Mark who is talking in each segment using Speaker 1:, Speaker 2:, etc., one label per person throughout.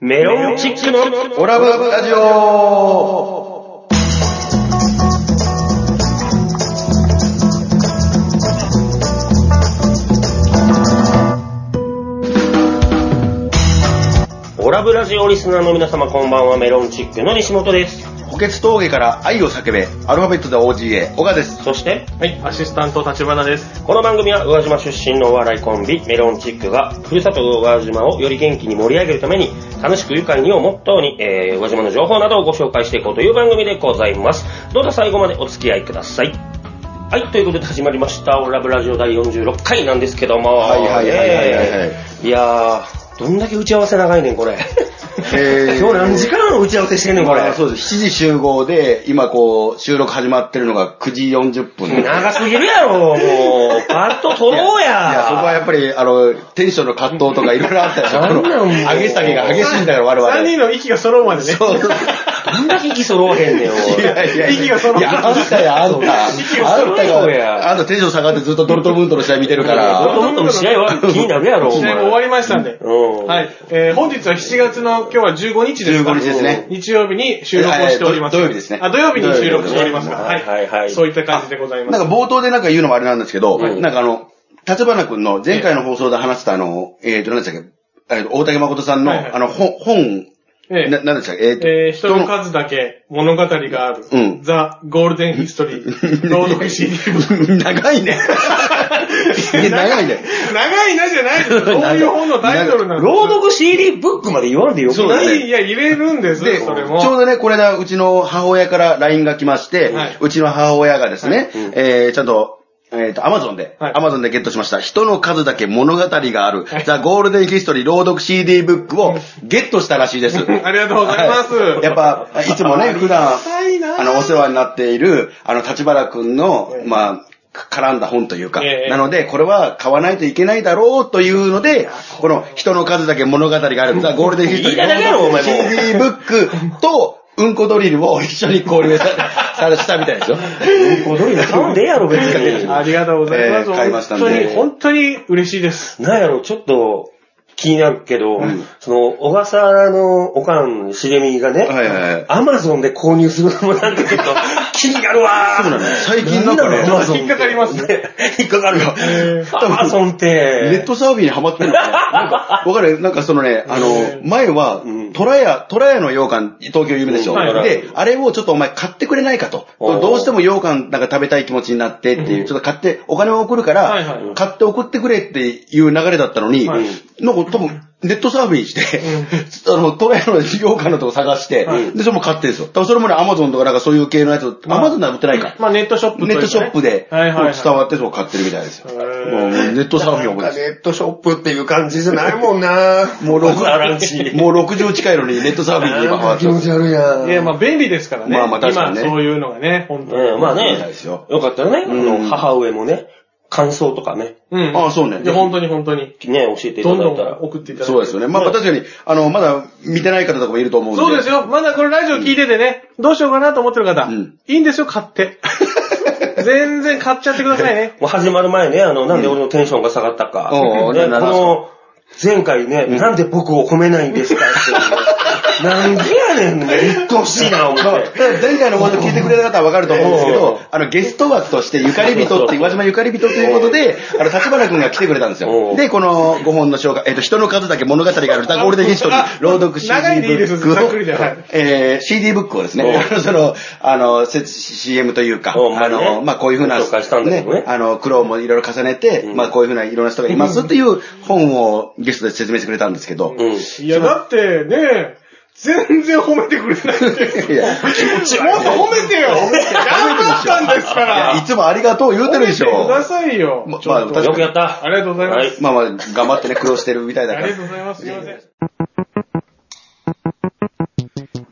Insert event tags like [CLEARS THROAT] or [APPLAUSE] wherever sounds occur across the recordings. Speaker 1: メロンチックの
Speaker 2: オラブラジオ
Speaker 1: オラブラジオリスナーの皆様こんばんは、メロンチックの西本です。
Speaker 2: 補欠峠から愛を叫べ、アルファベットで OGA、小川です。
Speaker 1: そして、
Speaker 3: はい、アシスタント立花です。
Speaker 1: この番組は宇和島出身のお笑いコンビ、メロンチックが、ふるさと宇和島をより元気に盛り上げるために、楽しく愉快にをモットーに、えー、宇和島の情報などをご紹介していこうという番組でございます。どうぞ最後までお付き合いください。はい、ということで始まりました、オラブラジオ第46回なんですけども、
Speaker 2: はいはいはいはいはいはい
Speaker 1: ねえいやー、どんだけ打ち合わせ長いねん、これ。
Speaker 2: えー
Speaker 1: 今日何時間の打ち合わせしてんねん、これ。
Speaker 2: まあそうです。7時集合で、今こう、収録始まってるのが9時40分。いや、
Speaker 1: 長すぎるやろ、もう。パッと取ろうや。
Speaker 2: そこはやっぱり、あの、テンションの葛藤とかいろいろあったでしょ。
Speaker 1: なんなん
Speaker 2: この
Speaker 1: もう
Speaker 2: 上げ下げが激しいんだから、我々。
Speaker 3: 3人の息が揃うまでね。
Speaker 2: そうそう
Speaker 1: あんだけ息揃わへんねん、
Speaker 2: い
Speaker 1: 俺。
Speaker 2: やいや
Speaker 3: 息がその
Speaker 2: いや、あんたや、あんた。
Speaker 1: 息がそ
Speaker 2: あ
Speaker 1: の
Speaker 2: んた
Speaker 1: そうや
Speaker 2: が、あんたテンション下がってずっとドルトムントの試合見てるから。
Speaker 1: もっともっとも試合は気になるやろ、お
Speaker 3: 試
Speaker 1: 前
Speaker 3: 合も終わりましたんで。
Speaker 1: うん。
Speaker 3: はい。えー、本日は7月の、今日は15日ですか
Speaker 2: 15日ですね
Speaker 3: 日曜日に収録をしております。
Speaker 2: えー土土曜日ですね
Speaker 3: あ、土曜日に収録しておりますが。
Speaker 1: はいはいはい
Speaker 3: そういった感じでございま
Speaker 2: な
Speaker 3: す。
Speaker 2: んか冒頭でなんか言うのもあれなんですけど、
Speaker 1: うん
Speaker 2: なんかあの、立花くんの前回の放送で話したあの、えっ、と、何でしたっけ、えーと大竹誠さんの、
Speaker 3: はいはい
Speaker 2: あの、本、本、
Speaker 3: え
Speaker 2: な、何でしたっけ、えっ、
Speaker 3: ーえー人の数だけ物語がある。
Speaker 2: うん
Speaker 3: ザ・ゴールデンヒストリー。朗読 CD。
Speaker 2: [LAUGHS] 長いね。いや長いね。
Speaker 3: [LAUGHS] 長いなじゃないですよ。どういう本のタイトルなんです
Speaker 1: 朗読 CD ブックまで言わんでよく
Speaker 2: そう
Speaker 1: な
Speaker 2: だ
Speaker 1: い
Speaker 2: ね
Speaker 3: いや、入れるんです
Speaker 2: で、
Speaker 3: よ、
Speaker 2: ち
Speaker 3: そ
Speaker 2: ょ
Speaker 3: れ
Speaker 2: う
Speaker 3: も。
Speaker 2: どね、これだ、うちの母親から LINE が来まして、
Speaker 3: はいう
Speaker 2: ちの母親がですね、
Speaker 1: うん
Speaker 2: えー、ちゃんと、えっ、と、アマゾンで、
Speaker 3: はい
Speaker 2: アマゾンでゲットしました。人の数だけ物語がある、ザ・ゴールデンヒストリー朗読 CD ブックをゲットしたらしいです。
Speaker 3: [LAUGHS] ありがとうございます
Speaker 2: はやっぱ、いつもね、普段、
Speaker 3: たいな
Speaker 2: あの、お世話になっている、あの、立花くんの、まあ、か絡んだ本というか、
Speaker 3: ええ
Speaker 2: なので、これは買わないといけないだろうというので、この人の数だけ物語がある、ザ・ゴールデンヒストリー、
Speaker 1: 言いたいだけやろお前もう
Speaker 2: CD ブックと、うんこドリルを一緒に交流さ、さしたみたいですよ。
Speaker 1: 朗読 CD 買うんでええやろ、別に。
Speaker 3: ありがとうございます。
Speaker 2: えー買いましたん
Speaker 3: 本当
Speaker 2: で
Speaker 3: に、本当に嬉しいです。
Speaker 1: なんやろ、ちょっと気になるけど、その、小笠のおかん、茂みがね、
Speaker 2: はいはいはい
Speaker 1: アマゾンで購入するのもなんかちょっと気になるわー。
Speaker 2: そうなの最近なんかね
Speaker 1: んだろう Amazon
Speaker 3: 引っかかりますね。
Speaker 1: 引っかかるよ。アマゾンって。
Speaker 2: ネットサーフィンにハマってるのかな [LAUGHS] なんかわかるなんかそのね、あの、前は
Speaker 1: うん、
Speaker 2: トラヤ、トラヤの羊羹、東京有名でしょ。
Speaker 3: うんはい
Speaker 2: で、あれをちょっとお前買ってくれないかと。
Speaker 1: おー
Speaker 2: どうしても羊羹なんか食べたい気持ちになってっていう、ちょっと買って、お金を送るか
Speaker 3: はいは
Speaker 2: ら
Speaker 3: い、
Speaker 2: 買って送ってくれっていう流れだったのに、
Speaker 3: はい
Speaker 2: なんか多分、ネットサーフィンして、 [LAUGHS] あの、トラヤの羊羹のとこ探して
Speaker 3: はい、
Speaker 2: で、それも買ってるんですよ。多分それもね、アマゾンとかなんかそういう系のやつ、アマゾンなら売ってないか。
Speaker 3: [LAUGHS] まあネットショップというかね
Speaker 2: ネットショップで、
Speaker 3: はいはいはい
Speaker 2: 伝わってそう買ってるみたいですよ。もうネットサーフィンを
Speaker 4: なんかネットショップっていう感じじゃないもんな
Speaker 2: もう
Speaker 1: バランス
Speaker 2: 60、もう60近いのにネットサーフィンに今変わっ
Speaker 4: 気
Speaker 2: ちゃ
Speaker 4: 持ち悪いやん。
Speaker 3: いや、まあ便利ですからね。
Speaker 2: まあまあ確かにね
Speaker 3: 今そういうのがね、本当に。
Speaker 1: うん、まあ
Speaker 2: みたい
Speaker 1: ね
Speaker 2: ですよ、
Speaker 1: よかったらね、あの母上もね、感想とかね、
Speaker 3: うん。
Speaker 2: ああそうね
Speaker 3: いや、本当に本当に。
Speaker 1: ね、教えてい
Speaker 3: ど
Speaker 1: た
Speaker 3: ん
Speaker 1: だ
Speaker 3: ど
Speaker 1: いたら
Speaker 3: ん。送っていただいて。
Speaker 2: そうですよね。まあまあ確かに、あの、まだ見てない方とかもいると思うんで。
Speaker 3: そうです
Speaker 2: よ。
Speaker 3: よ。まだこれラジオ聞いててね、どうしようかなと思ってる方、
Speaker 2: ん
Speaker 3: いいんですよ、買
Speaker 2: [LAUGHS]
Speaker 3: って。全然買っちゃってくださいね。
Speaker 1: もう始まる前ね、あの、なんで俺のテンションが下がったか。
Speaker 2: おう
Speaker 1: ね、こ
Speaker 2: ななんすか
Speaker 1: の、前回ね、なんで僕を褒めないんですかっていう。なんでやねんね、言ってほしいな、思って。
Speaker 2: 前回の放送聞いてくれた方はわかると思うんですけ
Speaker 1: うん
Speaker 2: ど、あの、ゲスト枠として、ゆかり人って、宇和島ゆかり人ということで、あの、立花くんが来てくれたんです
Speaker 1: う
Speaker 2: よ。
Speaker 1: ん
Speaker 2: で、この5本の紹介、えっと、人の数だけ物語がある歌、ゴールデンヒストリー、朗読 CD ブ
Speaker 3: 長いでいいです
Speaker 2: ック
Speaker 3: ざっ
Speaker 2: を
Speaker 3: くりではい、
Speaker 2: えー CD ブックをですね、あ [LAUGHS] のその、あの、せ CM というか、
Speaker 1: うんまあ
Speaker 2: あ
Speaker 1: ね
Speaker 2: の、まあ、こういうふうな、
Speaker 1: 紹介したんだけどね
Speaker 2: あの、苦労もいろいろ重ねて、まあ、こういうふうないろんな人がいますっていう本をゲストで説明してくれたんですけど、
Speaker 1: うん。
Speaker 3: いや、だってね、全然褒めてくれないんですよ
Speaker 2: いや、い
Speaker 3: もっと褒めてよ頑張ったんですから
Speaker 2: やいつもありがとう言うてるでし
Speaker 3: 褒めてくだ
Speaker 2: ょ。
Speaker 3: さいよ。
Speaker 2: ま
Speaker 3: ちょっと
Speaker 2: まあ
Speaker 1: よくやった。
Speaker 3: ありがとうございます。
Speaker 1: はい
Speaker 2: まあまあ、頑張ってね、苦労してるみたいだ
Speaker 3: あ
Speaker 2: から
Speaker 3: りが。とうございます。すいません。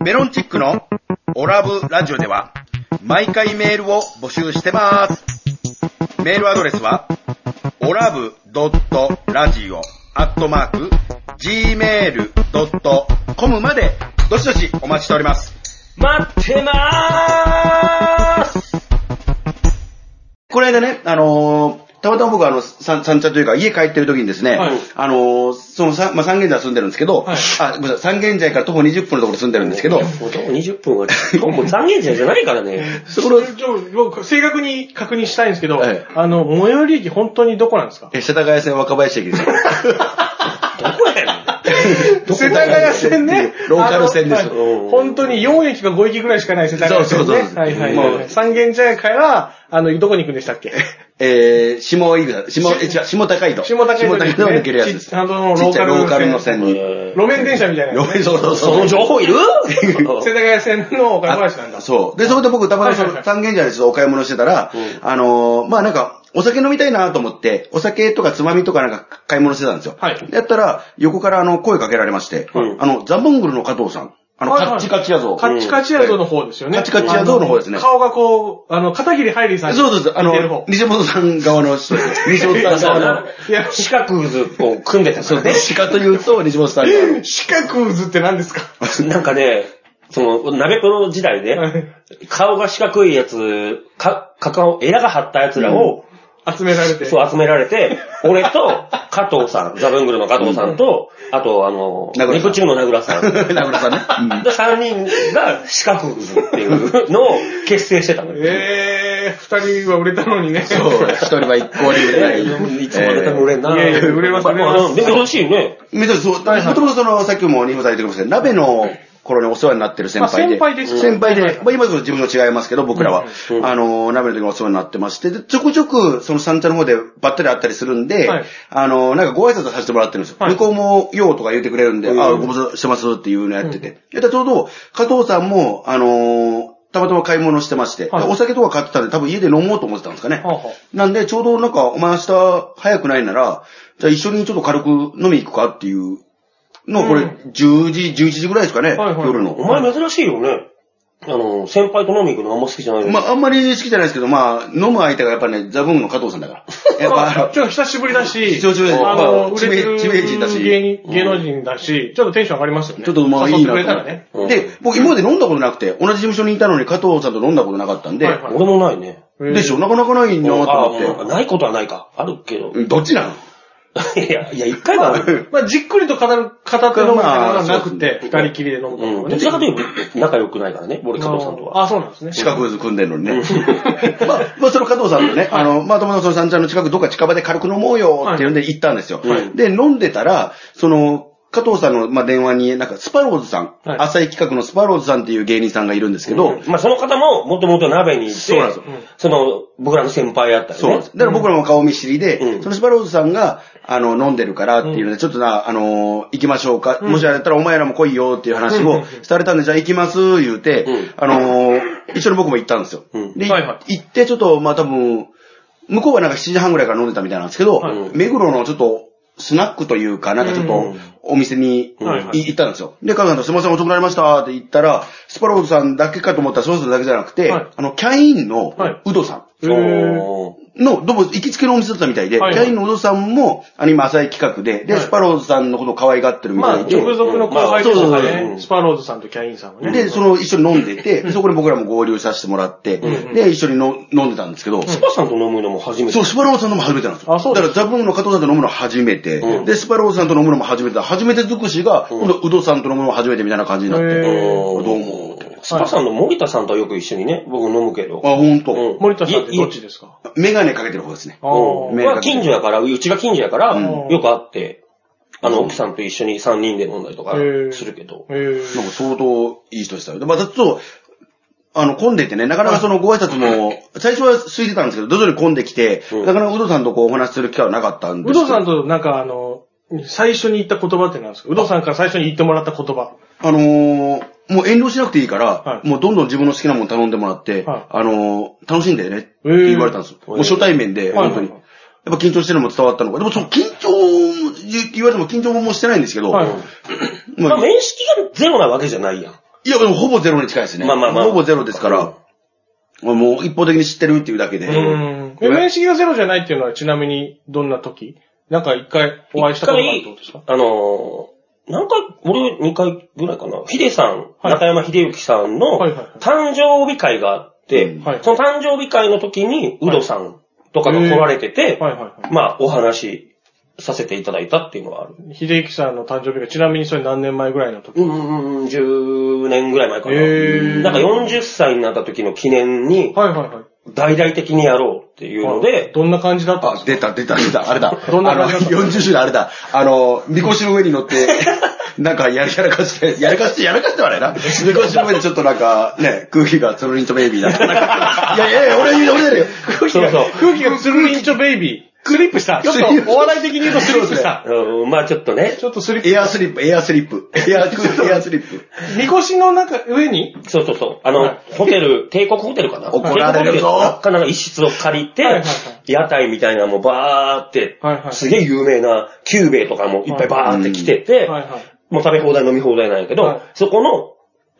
Speaker 2: メロンチックのオラブラジオでは、毎回メールを募集してます。メールアドレスは、オラブドットラジオアットマーク、gmail.com まで、どしどしお待ちしております。
Speaker 1: 待ってまーす
Speaker 2: この間ね、あのーたまたま僕はあの、三三茶というか家帰ってる時にですね、
Speaker 3: はい
Speaker 2: あのーその三、まあ、三軒茶屋住んでるんですけど、
Speaker 3: はい
Speaker 2: あ、ごめんなさい、三軒茶屋から徒歩20分のところ住んでるんですけど、
Speaker 1: ほとんど20分は、もう残念じゃないからね。
Speaker 2: そこ
Speaker 3: こ
Speaker 2: の
Speaker 3: れ、ちょ、僕、正確に確認したいんですけど、
Speaker 2: ええ
Speaker 3: あの、最寄り駅本当にどこなんですか
Speaker 2: え世田谷線若林駅です。
Speaker 1: どこやねん。どこ
Speaker 3: 世
Speaker 1: や
Speaker 3: 田
Speaker 1: ねん。
Speaker 3: 谷線ね。
Speaker 2: ローカル線です
Speaker 3: あのはい本当に4駅か5駅ぐらいしかない世田谷線ね。
Speaker 2: そうそうそう
Speaker 3: はいはいはい。
Speaker 2: もう
Speaker 3: 三軒茶屋から、あの、どこに行くんでしたっけ
Speaker 2: えー、下井草、下、え、違う、下高井戸。
Speaker 3: 下高井戸
Speaker 2: 下高井戸を抜けるやつで
Speaker 3: ち
Speaker 2: す。
Speaker 3: ちゃんとローカル
Speaker 2: ちっちゃいローカルの線に。
Speaker 1: えー
Speaker 3: 路面電車みたいなやつね。
Speaker 2: [LAUGHS] そうそう
Speaker 1: その情報いる
Speaker 3: 世田谷線の岡林なんだ。
Speaker 2: あそう。で、それで僕、たまたまそ
Speaker 3: はいは
Speaker 2: の
Speaker 3: い
Speaker 2: 三軒茶屋でちょっとお買い物してたら、あのー、まあなんか、お酒飲みたいなと思って、お酒とかつまみとかなんか買い物してたんですよ。
Speaker 3: はい
Speaker 2: やったら、横からあの、声かけられまして、
Speaker 1: うん
Speaker 2: あの、ザボングルの加藤さん。あの、
Speaker 3: はいはい
Speaker 2: カッチカチやぞ。
Speaker 3: カッチカチヤ像の方ですよね。
Speaker 2: カッチカチヤ像の方ですね
Speaker 3: あ顔がこう、あの、片桐はいりさんに
Speaker 2: そうそうそう、あ
Speaker 3: 似て
Speaker 2: の
Speaker 3: る方、
Speaker 2: 西本さん側の人です。西本さん側
Speaker 1: [LAUGHS]
Speaker 2: の。
Speaker 3: いや、
Speaker 1: 四角図を組んでたか
Speaker 2: そう
Speaker 1: ら
Speaker 2: で
Speaker 1: ね。
Speaker 2: す。鹿というと西本さん [LAUGHS] 側の。
Speaker 3: 四角渦って何ですか
Speaker 1: なんかね、その、鍋子の時代ね、顔が四角いやつ、か、かかエラが張ったやつらを、
Speaker 3: 集められて。
Speaker 1: そう集められて、俺と、加藤さん、ザブングルの加藤さんと、あと、あの、
Speaker 2: 名倉さん
Speaker 1: ネプチューンの名倉さん。
Speaker 2: 名倉さんね。うん
Speaker 1: で、3人が四角渦っていうのを結成してたのよ。
Speaker 3: えー、二人は売れたのにね。
Speaker 2: そう、一人は一向に売れない。
Speaker 1: いつまででも売れんな。
Speaker 3: いやいや売れます売れます
Speaker 1: あでも珍しいね。
Speaker 2: えーめっちゃそう、もともとその、さっきも西本さん言ってくれましたけど、鍋の頃にお世話になってる先輩で。
Speaker 3: あ先輩です
Speaker 2: 先輩
Speaker 3: は
Speaker 2: で
Speaker 3: い。
Speaker 2: まあ今と自分の違いますけど、僕らは。
Speaker 1: うん
Speaker 2: あの、鍋の時もお世話になってまして、でちょくちょく、その三茶の方でばったり会ったりするんで
Speaker 3: はい、
Speaker 2: あの、なんかご挨拶させてもらってるんですよ。
Speaker 3: はい
Speaker 2: 向こうも、ようとか言ってくれるんで、
Speaker 1: うん
Speaker 2: あご無沙汰してますっていうのやってて。で、ちょうど、加藤さんも、あの、たまたま買い物してまして、
Speaker 3: はい
Speaker 2: お酒とか買ってたんで、多分家で飲もうと思ってたんですかね。
Speaker 3: はあは
Speaker 2: なんで、ちょうどなんか、お前明日早くないなら、じゃあ一緒にちょっと軽く飲み行くかっていうのを、これ、
Speaker 3: うん
Speaker 2: 10時、11時ぐらいですかね、
Speaker 3: はいはい
Speaker 2: 夜の。
Speaker 1: お前珍しいよね。あの、先輩と飲み行くのあんま好きじゃないのに
Speaker 2: まあ、あんまり好きじゃないですけど、まあ、飲む相手がやっぱね、ザブングの加藤さんだ
Speaker 3: [LAUGHS]
Speaker 2: から。やっぱ、あの
Speaker 3: ちょっと久しぶりだし、
Speaker 2: 久しぶりです
Speaker 3: あ
Speaker 2: まあ
Speaker 3: の、売れてる
Speaker 2: 知名知名人だし
Speaker 3: 芸人芸能人だし、ちょっとテンション上がりますよね。
Speaker 2: ちょっとまあい
Speaker 3: 誘っ
Speaker 2: い
Speaker 3: てく
Speaker 2: な
Speaker 3: れた
Speaker 2: と
Speaker 3: らね。
Speaker 1: うん
Speaker 2: で、僕今まで飲んだことなくて、同じ事務所にいたのに加藤さんと飲んだことなかったんで、
Speaker 3: はいはい
Speaker 1: 俺もないね。
Speaker 2: でしょ、なかなかないなと思
Speaker 1: あ
Speaker 2: っ
Speaker 1: ないことはないか。あるけど。
Speaker 2: て。どっちなの
Speaker 1: いや、いや、一回はあ
Speaker 2: [LAUGHS]
Speaker 1: る。
Speaker 3: まあ、じっくりと語る、語って飲むみたいなのはなくて、
Speaker 1: まあ
Speaker 3: 二人きりで飲むと
Speaker 1: うん。どちらかというと仲良くないからね、俺、加藤さんとは。
Speaker 3: あ、そうなんですね。
Speaker 2: 四角渦組んでるのにね。 [LAUGHS] まあ、まあ、その加藤さんとね、あの、まあ、友達のその三茶の近く、どっか近場で軽く飲もうよっていうんで行ったんですよ。
Speaker 1: はい
Speaker 2: で、飲んでたら、その、加藤さんの、まあ、電話に、なんか、スパローズさん、
Speaker 3: はい
Speaker 2: 浅い企画のスパローズさんっていう芸人さんがいるんですけど、
Speaker 1: まあ、その方も、もともと鍋にいて、
Speaker 2: そうなんですよ
Speaker 1: その、僕らの先輩やったよね。
Speaker 2: そうなんです。だから僕らも顔見知りで、
Speaker 1: うん
Speaker 2: そのスパローズさんが、あの、飲んでるからっていうので、ちょっとな、あのー行きましょうか。もしあれだったらお前らも来いよっていう話をされたんで、じゃあ行きます、言うて、
Speaker 1: うん
Speaker 2: あのー一緒に僕も行ったんですよ。
Speaker 1: うん
Speaker 2: で、
Speaker 3: はいはい
Speaker 2: 行ってちょっと、まあ多分、向こうはなんか7時半ぐらいから飲んでたみたいなんですけど、
Speaker 3: はい
Speaker 2: 目黒のちょっと、スナックというか、なんかちょっ
Speaker 1: う
Speaker 2: と
Speaker 1: ん、
Speaker 2: お店に
Speaker 3: はいはい
Speaker 2: い行ったんですよ。で、カズさんとすいません、遅くなりましたって言ったら、スパローズさんだけかと思ったら、その人だけじゃなくて、
Speaker 3: はい
Speaker 2: あの、キャインの
Speaker 3: はいう
Speaker 2: どさん。
Speaker 3: へー
Speaker 1: おー
Speaker 2: の、どうも行きつけのお店だったみたいで、
Speaker 3: はい
Speaker 2: キャインのお父さんも、あの、今、浅い企画で、で、
Speaker 3: はい
Speaker 2: スパローズさんのことを可愛がってるみた
Speaker 3: まあ、
Speaker 2: いで、
Speaker 3: 直属の後輩です
Speaker 2: ま
Speaker 3: か
Speaker 2: あそう
Speaker 1: そうそう
Speaker 3: ね。スパローズさんとキャインさんはね。
Speaker 2: で、その、一緒に飲んでて、そこで僕らも合流させてもらって、で、一緒にの飲んでたんですけど、
Speaker 1: スパさんと飲むのも初めて。
Speaker 2: そう、スパローズさんのも初めてなんですよ。
Speaker 3: あそう
Speaker 2: だ
Speaker 3: で
Speaker 2: か
Speaker 3: す
Speaker 2: ら、ザブングルの加藤さんと飲むのは初めて、
Speaker 1: うん
Speaker 2: で、スパローズさんと飲むのも初めてだ初めて尽くしが、
Speaker 1: うん
Speaker 2: 今度、ウドさんと飲むのも初めてみたいな感じになっ
Speaker 3: へ
Speaker 2: て、
Speaker 1: おー
Speaker 2: どうも。
Speaker 1: スパさんの森田さんとはよく一緒にね、僕飲むけど。
Speaker 2: あ、ほんと。
Speaker 1: うん
Speaker 3: 森田さんってどっちですか
Speaker 2: メガネかけてる方ですね。
Speaker 3: あ
Speaker 1: う
Speaker 3: ー
Speaker 1: ん。
Speaker 2: ね
Speaker 1: まあ、近所やから、うちが近所やから、
Speaker 3: うん
Speaker 1: よく会って、あの、奥さんと一緒に3人で飲んだりとか
Speaker 3: へー
Speaker 1: するけど。
Speaker 3: へー
Speaker 2: なんか相当いい人でしたよ。で、まあ、ずっと、あの、混んでてね、なかなかそのご挨拶も、最初は空いてたんですけど、徐々に混んできて、
Speaker 1: うん
Speaker 2: なかなかうどさんとこうお話しする機会はなかったんで
Speaker 3: う
Speaker 2: す
Speaker 3: どさん
Speaker 2: と
Speaker 3: となんかあの、最初に言った言葉って何ですかうどさんから最初に言ってもらった言葉。
Speaker 2: あのー、もう遠慮しなくていいから、
Speaker 3: はい
Speaker 2: もうどんどん自分の好きなもの頼んでもらって、
Speaker 3: はい
Speaker 2: あのー、楽しんでねって言われたんですよ。
Speaker 1: へー
Speaker 2: もう初対面で、
Speaker 3: はい
Speaker 2: 本当に。やっぱ緊張してるのも伝わったのか。でもその緊張も、言言われても緊張もしてないんですけど、
Speaker 3: はい。
Speaker 2: まあ
Speaker 1: まあ、面識がゼロなわけじゃないやん。
Speaker 2: いや、でもほぼゼロに近いですね。
Speaker 1: まあまあまあ
Speaker 2: ほぼゼロですから、もう一方的に知ってるっていうだけで。
Speaker 3: うん。え面識がゼロじゃないっていうのはちなみにどんな時なんか一回お会いしたことがあるってことですか
Speaker 1: あのー、何回、俺2回ぐらいかな。ヒデさん、
Speaker 3: はい
Speaker 1: 中山秀幸さんの
Speaker 3: はいはいはい
Speaker 1: 誕生日会があって、
Speaker 2: うん
Speaker 3: はい
Speaker 1: その誕生日会の時に、ウドさんとかが来られてて、
Speaker 3: はいはいは
Speaker 1: まあ、お話しさせていただいたっていうのはある。
Speaker 3: い。秀樹さんの誕生日がちなみにそれ何年前ぐらいの時
Speaker 1: うんうんうん、10年ぐらい前かな。
Speaker 3: へー
Speaker 1: なんか40歳になった時の記念に、
Speaker 3: はいはいはい。
Speaker 1: 大々的にやろうっていうので、
Speaker 3: どんな感じだったん
Speaker 2: あ、
Speaker 3: ですか
Speaker 2: 出た、出た、出た、あれだ。
Speaker 3: どんな感じだった
Speaker 2: あの ?40 種のあれだ。あの、みこしの上に乗 [LAUGHS] って、なんかやらかして、やらかして、やらかしてはないな。みこしの上でちょっとなんか、ね、空気がつるりんとベイビーだった。なん [LAUGHS] かいやいやいや、俺、俺だよ。
Speaker 3: 空気が、
Speaker 1: そうそう
Speaker 3: 空気がつるりんちょベイビー。スリップした。ちょっとお笑い的に言うとスリップした。
Speaker 1: うん、まあちょっとね、
Speaker 3: ちょっとスリップ。
Speaker 2: エアスリップ、エアスリッ [LAUGHS] プ。エア、エアスリップ。
Speaker 3: みこしの中、上に
Speaker 1: そうそうそう、あの、
Speaker 3: はい
Speaker 1: ホテル、 [LAUGHS] 帝国ホテルかな
Speaker 2: 怒られるぞ
Speaker 1: 帝国ホテルかななんか一室を借りて、
Speaker 3: はいはいはい
Speaker 1: 屋台みたいなのもバーって、
Speaker 3: はいはい
Speaker 1: すげえ有名なキューベイとかもいっぱいバーって来てて、
Speaker 3: はいはい。
Speaker 1: もう食べ放題飲み放題なんやけど、
Speaker 3: はい
Speaker 1: そこの、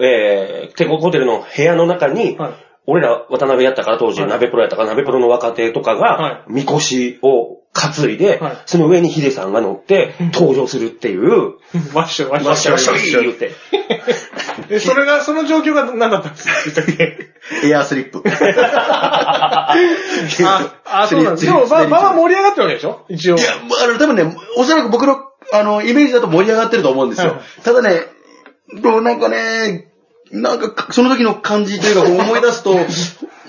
Speaker 1: えー、帝国ホテルの部屋の中に、
Speaker 3: はい
Speaker 1: 俺ら渡辺やったから当時、
Speaker 3: はい
Speaker 1: 鍋プロやったから鍋プロの若手とかが
Speaker 3: は、
Speaker 1: みこしを担いで、
Speaker 3: はい
Speaker 1: その上にヒデさんが乗って登場するっていう、
Speaker 3: わっしょいわっしょい。
Speaker 1: わっしょいわっしょい言って。
Speaker 3: え、それが、その状況が何だったんですか言ったっけ
Speaker 2: エアスリップ。
Speaker 3: あ、あ、そうなんです。でも、まあ、まあまあ盛り上がってるわけでしょ一応。
Speaker 2: いや、まああの、多分ね、おそらく僕の、あの、イメージだと盛り上がってると思うんですよ。
Speaker 3: はい
Speaker 2: ただね、どうなんかね、なんか、その時の感じというか、こう思い出す
Speaker 3: [LAUGHS]
Speaker 2: と、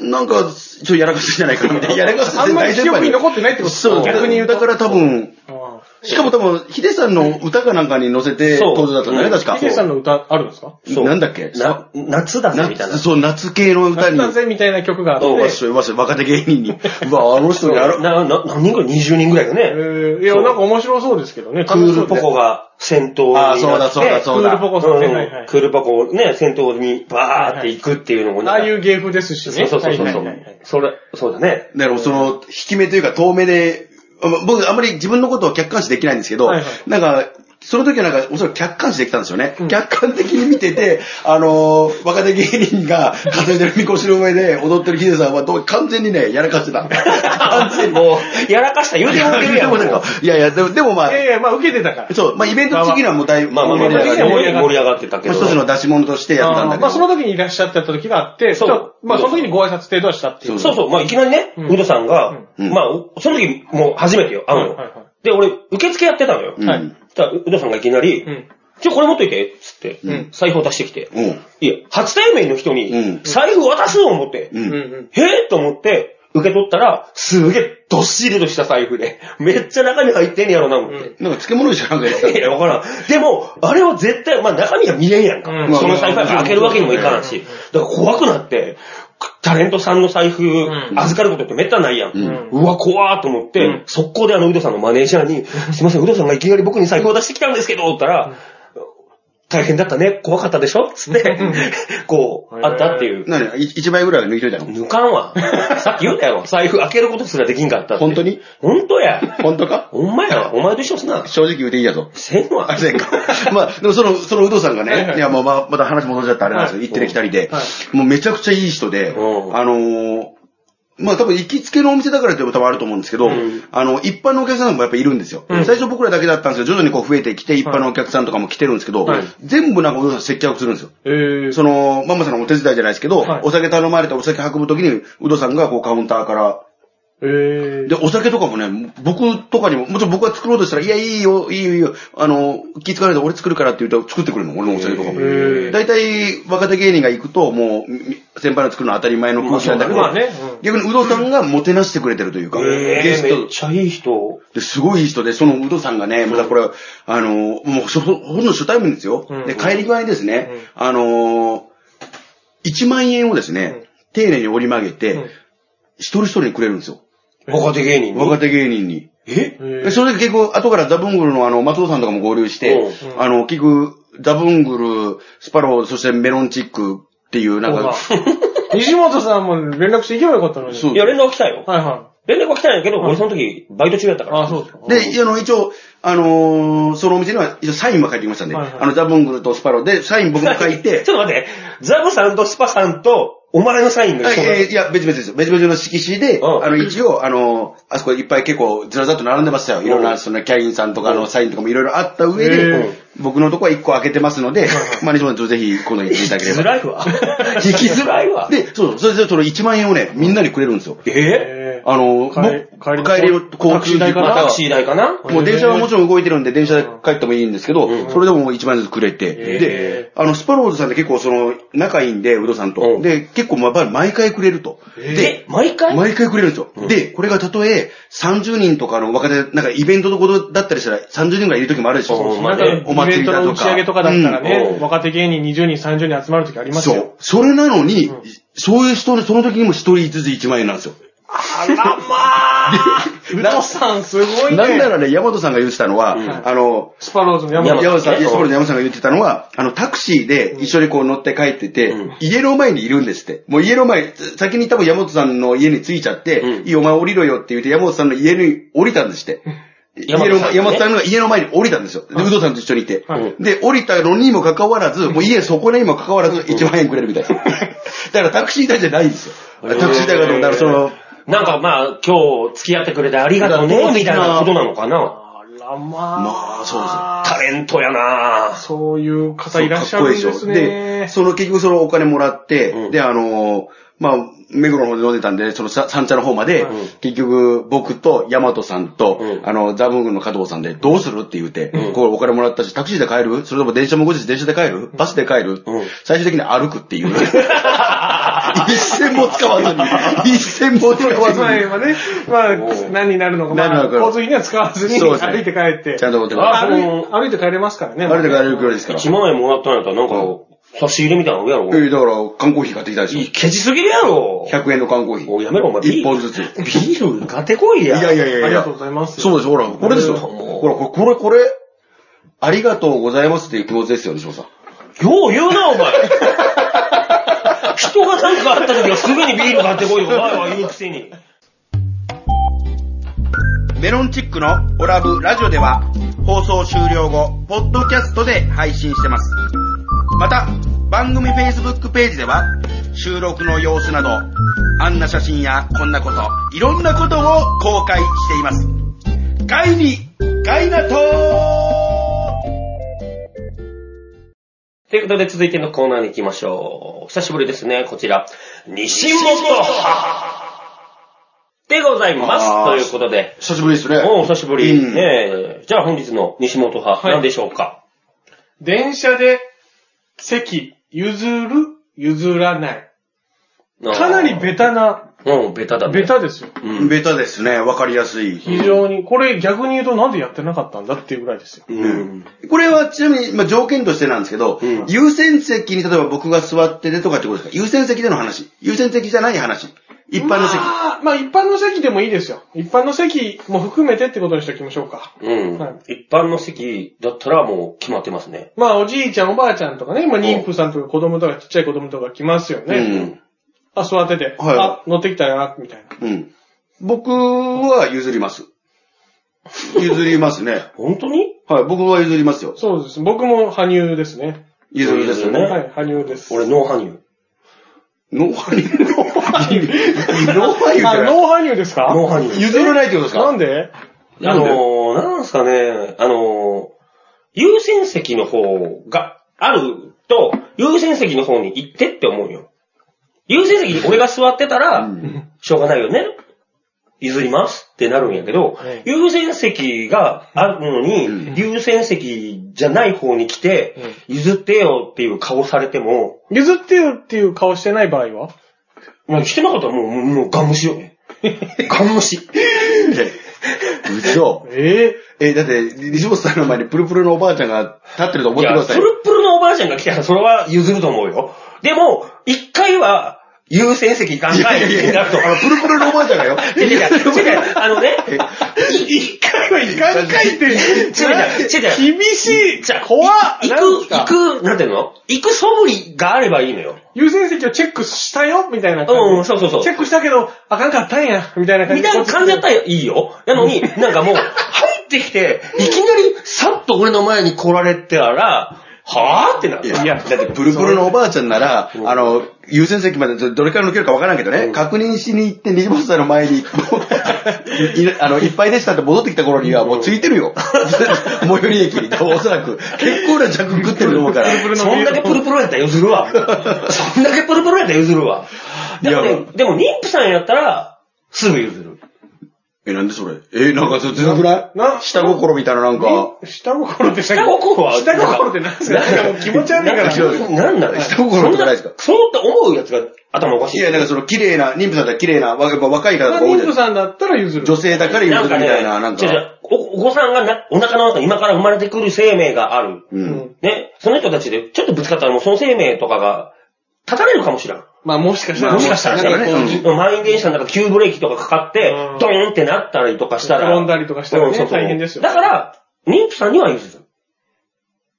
Speaker 2: なんか、ちょっとやらかすんじゃないかな、みたいな。やらかす
Speaker 3: あんまり記憶に残ってないってこと
Speaker 2: そう、
Speaker 3: 逆
Speaker 2: 逆
Speaker 3: に
Speaker 2: に
Speaker 3: 言う
Speaker 2: だ
Speaker 3: と。
Speaker 2: から多分、
Speaker 3: あ
Speaker 2: しかも多分、ヒデさんの歌かなんかに乗せて
Speaker 1: そう
Speaker 2: 登場だったんだ
Speaker 1: う
Speaker 2: ね、
Speaker 1: ん
Speaker 2: 確
Speaker 3: あ
Speaker 2: か。
Speaker 3: ヒデさんの歌あるんですか
Speaker 1: そう
Speaker 2: なんだっけ
Speaker 1: な夏だぜみたいな
Speaker 2: 夏、。そう、夏系の歌
Speaker 3: 歌
Speaker 2: に。
Speaker 3: ったぜみたいな曲があって。
Speaker 1: うん
Speaker 2: わっしょいわっしょい若手芸
Speaker 3: [LAUGHS]
Speaker 2: 人に。うわ、あの人やろ。
Speaker 1: なな何人ぐらい ?20 人ぐらいが
Speaker 3: え
Speaker 1: ね、
Speaker 3: ーいや、なんか面白そうですけどね。
Speaker 1: クールポコが先頭になって、
Speaker 2: あそうだそうだそうだ
Speaker 3: クールポコさん
Speaker 1: うん
Speaker 3: ね。はいはい
Speaker 1: クールポコをね、先頭にバーって行くっていうのもね
Speaker 3: ああいう芸風ですし
Speaker 1: そう
Speaker 3: ね。
Speaker 1: そうそうそう。
Speaker 3: はい
Speaker 1: そ
Speaker 3: はいはいは
Speaker 1: う
Speaker 3: い
Speaker 1: それ、そうだね。
Speaker 2: だからその、引き目というか遠目で、あま僕あんまり自分のことを客観視できないんですけど、
Speaker 3: はいはい
Speaker 2: なんか、その時はなんか、おそらく客観視できたんですよね。
Speaker 3: うん
Speaker 2: 客観的に見てて、あのー若手芸人が担いでるみこしの上で踊ってるヒデさんはどう完全にね、やらかしてた。完全に。
Speaker 1: もう、やらかした言うてもらってる
Speaker 2: で
Speaker 1: やん。
Speaker 2: もなんか、 [LAUGHS] いやいや、でもでもまあ
Speaker 3: い、やいや、まあ受けてたから。
Speaker 2: そう、まあイベント的にはもうだいぶ、
Speaker 1: まあまあまあ、
Speaker 2: 盛り上がり
Speaker 3: まあまあ
Speaker 2: まあ
Speaker 1: 盛り上がってたけど。
Speaker 2: 一つの出し物としてやったんだけ
Speaker 3: あー
Speaker 2: ど。
Speaker 3: まあその時にいらっしゃってた時があって、
Speaker 1: そう
Speaker 3: ちょまあその時にご挨拶程度はしたっていう。
Speaker 1: そうそう、まあいきなりね、
Speaker 3: うん
Speaker 1: ウドさんが、
Speaker 2: うん
Speaker 1: まあ、おその時もう初めてよ、会うの。
Speaker 3: はいはいはい
Speaker 1: で、俺、受付やってたのよ。
Speaker 2: うん
Speaker 3: はい
Speaker 1: たらウドさんがいきなり、
Speaker 3: うん。
Speaker 1: ちょ、これ持っといて、つって、
Speaker 3: ん
Speaker 1: 財布を出してきて。
Speaker 2: うん。
Speaker 1: いや、初対面の人
Speaker 2: う
Speaker 1: に
Speaker 2: ん、
Speaker 1: 財布渡すの思って、
Speaker 2: うん
Speaker 3: うんうん。
Speaker 1: へえと思って、受け取ったら、すげえ、どっしりとした財布で、めっちゃ中に入ってんやろな、思って。
Speaker 3: うん
Speaker 2: なんか漬物にしかなんかやって
Speaker 1: [LAUGHS]
Speaker 2: た
Speaker 1: い。や、わからん。でも、あれは絶対、まあ中身が見えんやんか。
Speaker 3: うん
Speaker 1: その財布開けるわけにもいかんし。だから怖くなって、タレントさんの財布
Speaker 3: ん
Speaker 1: 預かることってめったないやん。うんわ、怖ーと思って、
Speaker 3: うん
Speaker 1: 速攻であのウドさんのマネージャーに、すいません、ウドさんがいきなり僕に財布を出してきたんですけど、って言ったら、大変だったね、怖かったでしょつって、こう、あったっていう。
Speaker 2: 何い一倍ぐらいは抜いといたの
Speaker 1: 抜かんわ。さっき言ったやろ。財布開けることすらできんかったって。
Speaker 2: 本当に
Speaker 1: 本当や。
Speaker 2: 本当か
Speaker 1: ほんまやわ。お前と一緒すな。
Speaker 2: 正直言うていいやぞ。
Speaker 1: せんわ
Speaker 2: [LAUGHS] あ。せんか。まあ、でもその、その有働さんが
Speaker 3: はいは
Speaker 2: ね、
Speaker 3: い
Speaker 2: いや、まあ、まあまた話戻っちゃったあれなんですよ。
Speaker 1: はい
Speaker 2: 行ってる来たりで
Speaker 3: は、
Speaker 2: もうめちゃくちゃいい人で、あ
Speaker 1: うん
Speaker 2: のー、まあ多分行きつけのお店だからっていうこともあると思うんですけど、
Speaker 1: ん
Speaker 2: あの、一般のお客さんもやっぱいるんですよ。
Speaker 3: ん
Speaker 2: 最初僕らだけだったんですけど、徐々にこう増えてきて、一般のお客さんとかも来てるんですけど、
Speaker 3: はい
Speaker 2: 全部なんか有働さん接客するんですよ。
Speaker 3: えー、
Speaker 2: その、ママさんのお手伝いじゃないですけど、
Speaker 3: はい
Speaker 2: お酒頼まれてお酒運ぶときに、有働さんがこうカウンターから
Speaker 3: えー、
Speaker 2: で、お酒とかもね、僕とかにも、もちろん僕が作ろうとしたら、いや、いいよ、いいよ、いいよ、あの、気付かないで俺作るからって言うと作ってくれるの、俺のお酒とかも。
Speaker 3: ー
Speaker 2: 大体、若手芸人が行くと、もう、み先輩の作るのは当たり前の空気なんだけど、
Speaker 1: まあ
Speaker 3: ねうん
Speaker 2: 逆に、うどさんがもてなしてくれてるというか、
Speaker 1: え
Speaker 2: ゲ
Speaker 1: え
Speaker 2: ス
Speaker 1: めっ
Speaker 2: ト
Speaker 1: ちゃいい人。
Speaker 2: ですごいいい人で、そのうどさんがね、またこれ、あの、もう、そほほとんど初対面ですよ。
Speaker 3: うん
Speaker 2: で、帰り際にですね、あの、1万円をですね、丁寧に折り曲げて、
Speaker 3: うん
Speaker 2: 一人一人にくれるんですよ。
Speaker 1: 若手芸人に。
Speaker 2: 若手芸人に。
Speaker 1: え
Speaker 3: え
Speaker 2: でそれで結構、後からザブングルのあの、松尾さんとかも合流して、
Speaker 1: う
Speaker 2: あの、結局、ザブングル、スパロー、そしてメロンチックっていう、なん [LAUGHS] か、
Speaker 3: 西本さんも連絡していけばよかったのに。
Speaker 2: そ
Speaker 1: い
Speaker 2: う
Speaker 1: や、連絡来たよ。
Speaker 3: はいは
Speaker 1: 連絡は来たんやけど、俺その時、バイト中やった
Speaker 3: い。
Speaker 1: から。
Speaker 3: あ、そうですか。
Speaker 2: で、あの、一応、あのーそのお店には、一応サインも書いてきましたんで、
Speaker 3: はいはい
Speaker 2: あの、ザブングルとスパローで、サイン僕も書いて
Speaker 1: [LAUGHS] ち、ょっと待って、ザブさんとスパさんと、お前のサインが
Speaker 2: はい
Speaker 1: 一緒なの
Speaker 2: えーいや、別々です。別々の色紙で、
Speaker 1: うん
Speaker 2: あの、一応、あの、あそこいっぱい結構ずらずらっと並んでましたよ。いろん
Speaker 1: うん
Speaker 2: な、その、キャインさんとか
Speaker 1: う
Speaker 2: の
Speaker 1: ん
Speaker 2: サインとかもいろいろあった上
Speaker 3: う
Speaker 2: で
Speaker 3: ん、
Speaker 2: 僕のとこは1個開けてますので、マネージメントぜひ、この行っていただければ
Speaker 1: づ。 [LAUGHS] らいわ。引きづらいわ。
Speaker 2: で、そうそう、それでその1万円をね、みんなにくれるんですよ。
Speaker 1: え
Speaker 3: え
Speaker 2: あの、
Speaker 3: 帰
Speaker 2: 僕
Speaker 3: 帰
Speaker 2: 帰
Speaker 3: り
Speaker 2: り
Speaker 3: の
Speaker 2: の
Speaker 3: タ
Speaker 2: 交
Speaker 3: クシー
Speaker 2: 通
Speaker 3: 代
Speaker 2: 費
Speaker 3: か
Speaker 1: まあ
Speaker 3: な
Speaker 1: タ
Speaker 2: ま
Speaker 1: クシー代かな
Speaker 2: たは、もう電車はもちろん動いてるんで、電車で帰ってもいいんですけ
Speaker 1: う
Speaker 2: ど、
Speaker 1: ん
Speaker 2: それでも1万円ずつくれ
Speaker 3: へ
Speaker 2: て、
Speaker 3: ー
Speaker 2: で、あの、スパローズさんって結構その、仲いいんで、ウドさん
Speaker 1: うん
Speaker 2: と。で、結構まあ毎回くれると。
Speaker 3: へー
Speaker 2: で
Speaker 1: え、、毎回
Speaker 2: 毎回くれるんですよ。
Speaker 1: うん
Speaker 2: で、これがたとえ30人とかの若手、なんかイベントのことだったりしたら30人ぐらいいる時もあるでし
Speaker 1: そう
Speaker 2: ょ。
Speaker 1: そう
Speaker 3: な
Speaker 1: まあ
Speaker 3: ん
Speaker 1: ね
Speaker 3: か、イベントの打ち上げとかだったら
Speaker 1: う
Speaker 3: ね
Speaker 1: ん、
Speaker 3: 若手芸人20人、30人集まるときあります
Speaker 2: そ
Speaker 3: よ
Speaker 2: う。。それなのに、
Speaker 3: うん
Speaker 2: そういう人で、その時にも一人ずつ1万円なんですよ。
Speaker 1: あらまあ
Speaker 3: うとさんすごい
Speaker 2: なんな
Speaker 3: ね。
Speaker 2: らね、ヤマトさんが言ってたのは、
Speaker 1: うん
Speaker 2: あの、
Speaker 3: スパローズの山
Speaker 1: 山
Speaker 3: 田
Speaker 1: 田
Speaker 2: ヤマトさん、
Speaker 1: うん
Speaker 2: いやそこのヤマトさんが言ってたのは、あの、タクシーで一緒にこう乗って帰ってて、
Speaker 1: うん
Speaker 2: 家の前にいるんですって。もう家の前、先に多分ヤマトさんの家に着いちゃって、
Speaker 1: うん
Speaker 2: いいよお前降りろよって言って、ヤマトさんの家に降りたんですって。家
Speaker 1: 山本
Speaker 2: の
Speaker 1: さんね
Speaker 2: 前、山本さんの家の前に降りたんですよ。で、ウドさんと一緒にいて。
Speaker 3: はい
Speaker 2: で、降りたのにもかかわらず、もう家そこにもかかわらず1万円くれるみ
Speaker 1: [LAUGHS]
Speaker 2: たいな。だからタクシー代じゃないんですよ。タクシー代がどうなる、その、
Speaker 1: [LAUGHS] なんかまあ、今日付き合ってくれてありがとうね、みたいなことなのかな。
Speaker 3: あらまあ。
Speaker 2: まあそうです
Speaker 1: タレントやな
Speaker 3: そういう方
Speaker 2: そう
Speaker 3: いらっしゃるんです
Speaker 2: かっこいいで
Speaker 3: ね。
Speaker 2: しょで、その結局そのお金もらって、
Speaker 1: うん
Speaker 2: で、あのーまあ、目黒の方で飲んでたんで、そのさ三茶の方まで、
Speaker 1: うん
Speaker 2: 結局僕と大和さんと、
Speaker 1: うん
Speaker 2: あの、ザブングの加藤さんで、どうするって言うて、
Speaker 1: うん
Speaker 2: こうお金もらったし、タクシーで帰るそれとも電車も後日電車で帰るバスで帰る、
Speaker 1: うん
Speaker 2: 最終的に歩くっていう。一銭も使わずに、一銭も使わず
Speaker 3: まあ
Speaker 2: に。
Speaker 3: 今
Speaker 2: [LAUGHS]
Speaker 3: ね、まあ
Speaker 1: おう、
Speaker 3: 何になるのか、ま
Speaker 2: 何にな
Speaker 3: あ、
Speaker 2: るか
Speaker 3: 交通費には使わずに、
Speaker 2: そうですね
Speaker 3: 歩いて帰って。 [LAUGHS]
Speaker 2: ちゃんと持って帰る
Speaker 3: あ歩い
Speaker 1: あそ
Speaker 3: 歩いて帰れますからね。
Speaker 2: あれで帰れるくらいですから。
Speaker 1: 1万円もらったんやったら、なんか、差し入れみたいなのやろ。
Speaker 2: えーだから、缶コーヒー買ってきたでし
Speaker 1: いいケチすぎるやろ
Speaker 2: ょ。。100円の缶コーヒ
Speaker 1: お
Speaker 2: ー。
Speaker 1: いやめろ、お前。ビ
Speaker 2: 一
Speaker 1: ー
Speaker 2: 本
Speaker 1: ル
Speaker 2: ずつ。
Speaker 1: ビール買ってこい
Speaker 2: い
Speaker 1: や。
Speaker 2: やいやいやいや。
Speaker 3: ありがとうございます
Speaker 2: そうです、ほら、これですよ。
Speaker 1: もう
Speaker 2: ほら、これ、これ、これ、ありがとうございますっていう気持ちですよね、翔さん。
Speaker 1: よう言うな、 [LAUGHS] お前。人がなんかあった時はすぐにビール買ってこいよ、お前は言うくせに。
Speaker 2: メロンチックのオラブラジオでは、放送終了後、ポッドキャストで配信してます。また、番組 Facebook ページでは、収録の様子など、あんな写真やこんなこと、いろんなことを公開しています。ガイに、ガイナトー
Speaker 1: ということで続いてのコーナーに行きましょう。久しぶりですね、こちら。西本でございます。
Speaker 2: あー
Speaker 1: ということで。
Speaker 2: 久しぶりですね
Speaker 1: おう久しぶり。
Speaker 2: うん
Speaker 1: ねえじゃあ本日の西本派、何でしょうか
Speaker 3: 電車で席譲る、譲らない。かなりベ。タな、
Speaker 1: あーうん、ベタだね。
Speaker 3: ベ。タですよ。
Speaker 1: うん。
Speaker 2: ベタですね、わかりやすい。
Speaker 3: 非常に、これ逆に言うとなんでやってなかったんだっていうぐらいですよ。
Speaker 1: うん。
Speaker 2: これはちなみに、まあ、条件としてなんですけど、
Speaker 1: うん
Speaker 2: 優先席に例えば僕が座っててとかってことですか優先席での話。優先席じゃない話。一般の席。
Speaker 3: まあ、まあ一般の席でもいいですよ。一般の席も含めてってことにしておきましょうか。
Speaker 1: うん
Speaker 3: は
Speaker 1: 一般の席だったらもう決まってますね。
Speaker 3: まあおじいちゃんおばあちゃんとかね、まあ妊婦さんとか子供とかちっちゃい子供とか来ますよね。あ、座ってて、
Speaker 2: はい
Speaker 3: あ、乗ってきたな、みたいな。
Speaker 2: うん。うん。僕は譲ります。譲りますね。
Speaker 1: 本当に
Speaker 2: [LAUGHS] はい、僕は譲りますよ。
Speaker 3: そうです。僕も羽生ですね。
Speaker 2: 譲りですよね。
Speaker 1: え
Speaker 3: はい、羽生です。
Speaker 1: 俺、ノーハニュ
Speaker 2: ノーハニー。ノーハニー。ノーハニーじ
Speaker 3: あ、
Speaker 2: ゃな
Speaker 3: ノ
Speaker 2: い。
Speaker 3: ー羽生ですか
Speaker 1: ノーハニー。
Speaker 2: 譲らないってことです
Speaker 3: な
Speaker 2: か
Speaker 3: んで
Speaker 1: あのー、なんすかね、あのー、優先席の方があると、優先席の方に行ってって思うよ。優先席に俺が座ってたら、
Speaker 2: うん
Speaker 1: しょうがないよね。譲りますってなるんやけど、
Speaker 3: ええ
Speaker 1: 優先席があるのに、
Speaker 2: うん
Speaker 1: 優先席じゃない方に来て
Speaker 3: え、
Speaker 1: 譲ってよっていう顔されても、
Speaker 3: 譲ってよっていう顔してない場合は
Speaker 1: もう来てなかったらもう、もうもうガン無視よね。ガン無視。
Speaker 2: 嘘。
Speaker 3: ええ
Speaker 2: え、だって、西本さんの前にプルプルのおばあちゃんが立ってると思
Speaker 1: い
Speaker 2: ってく
Speaker 1: や、
Speaker 2: ださ
Speaker 1: プ
Speaker 2: いよ。
Speaker 1: ルプルのおばあちゃんが来たらそれは譲ると思うよ。でも、一回は優先席考
Speaker 2: いやいや
Speaker 1: え
Speaker 2: い
Speaker 1: て
Speaker 2: や、
Speaker 1: なると。
Speaker 2: あの、プルプルのおばあちゃんがよ。
Speaker 1: 違う違う違う、あのね、一回は一回
Speaker 3: 考えてる
Speaker 1: 違う違う違う違う。
Speaker 3: 厳しい
Speaker 1: じゃあ
Speaker 3: 怖っ
Speaker 1: い
Speaker 3: なん
Speaker 1: 行
Speaker 3: す
Speaker 1: く、
Speaker 3: か
Speaker 1: 行く、なんていうの行く素振りがあればいいのよ。
Speaker 3: 優先席をチェックしたよみたいな感じ。
Speaker 1: うん、そうそうそう。
Speaker 3: チェックしたけど、あかんかったんや、みたいな感
Speaker 1: み
Speaker 3: じ
Speaker 1: たいな感じだったらいいよ。なのに、なんかもう、入ってきて、いきなり、さっと俺の前に来られてたら、はぁってなる。
Speaker 2: いや、だってプルプルのおばあちゃんなら、あの、優先席までどれから抜けるかわからんけどね、確認しに行って、西本さんの [LAUGHS] 前に、こういあの、いっぱいでしたって戻ってきた頃にはもうついてる [LAUGHS] よ。最寄り駅に、おそらく。結構な着食ってると思うから。
Speaker 3: プルの
Speaker 1: そんだけプルプルやったら譲る [LAUGHS] わ。そんだけプルプルやったら譲るわ。でも
Speaker 2: いや
Speaker 1: ね、でも妊婦さんやったら、すぐ譲る。
Speaker 2: [LAUGHS] え、なんでそれえ、なんかそれどのぐらい
Speaker 3: な
Speaker 2: 下心みたいななんか、
Speaker 3: 下心って
Speaker 1: 下心は
Speaker 3: 下心って何ですかなんかもう気持ち悪いから。
Speaker 1: なんなの
Speaker 2: 下心じゃないですか
Speaker 1: そうって思うやつが頭おかし
Speaker 2: い
Speaker 1: い。
Speaker 2: や、なんかその綺麗な、妊婦さんだったら綺麗な、わやっぱ若い方とか多いじゃない
Speaker 3: 妊
Speaker 2: で
Speaker 3: 婦
Speaker 2: すか。
Speaker 3: さんだったら譲る。
Speaker 2: 女性だから許
Speaker 1: な
Speaker 2: る
Speaker 1: ん
Speaker 2: み
Speaker 1: かね
Speaker 2: たいな、なん
Speaker 1: 違う違
Speaker 2: か。
Speaker 1: うおお子さんがなお腹の中、今から生まれてくる生命がある。
Speaker 2: う。
Speaker 3: うんん。
Speaker 1: ね、その人たちでちょっとぶつかったらもうその生命とかが、立たれるかもしれん。
Speaker 3: まあもしかしたら。
Speaker 1: もしかしたら
Speaker 2: なんかね
Speaker 1: ね、
Speaker 2: うん
Speaker 1: こう満員電車の中急ブレーキとかかかって
Speaker 3: う、ん
Speaker 1: ドーンってなったりとかしたら。
Speaker 3: 転んだりとかしたらね
Speaker 1: うんそうそう
Speaker 3: 大変ですよ
Speaker 1: だから、妊婦さんには譲る。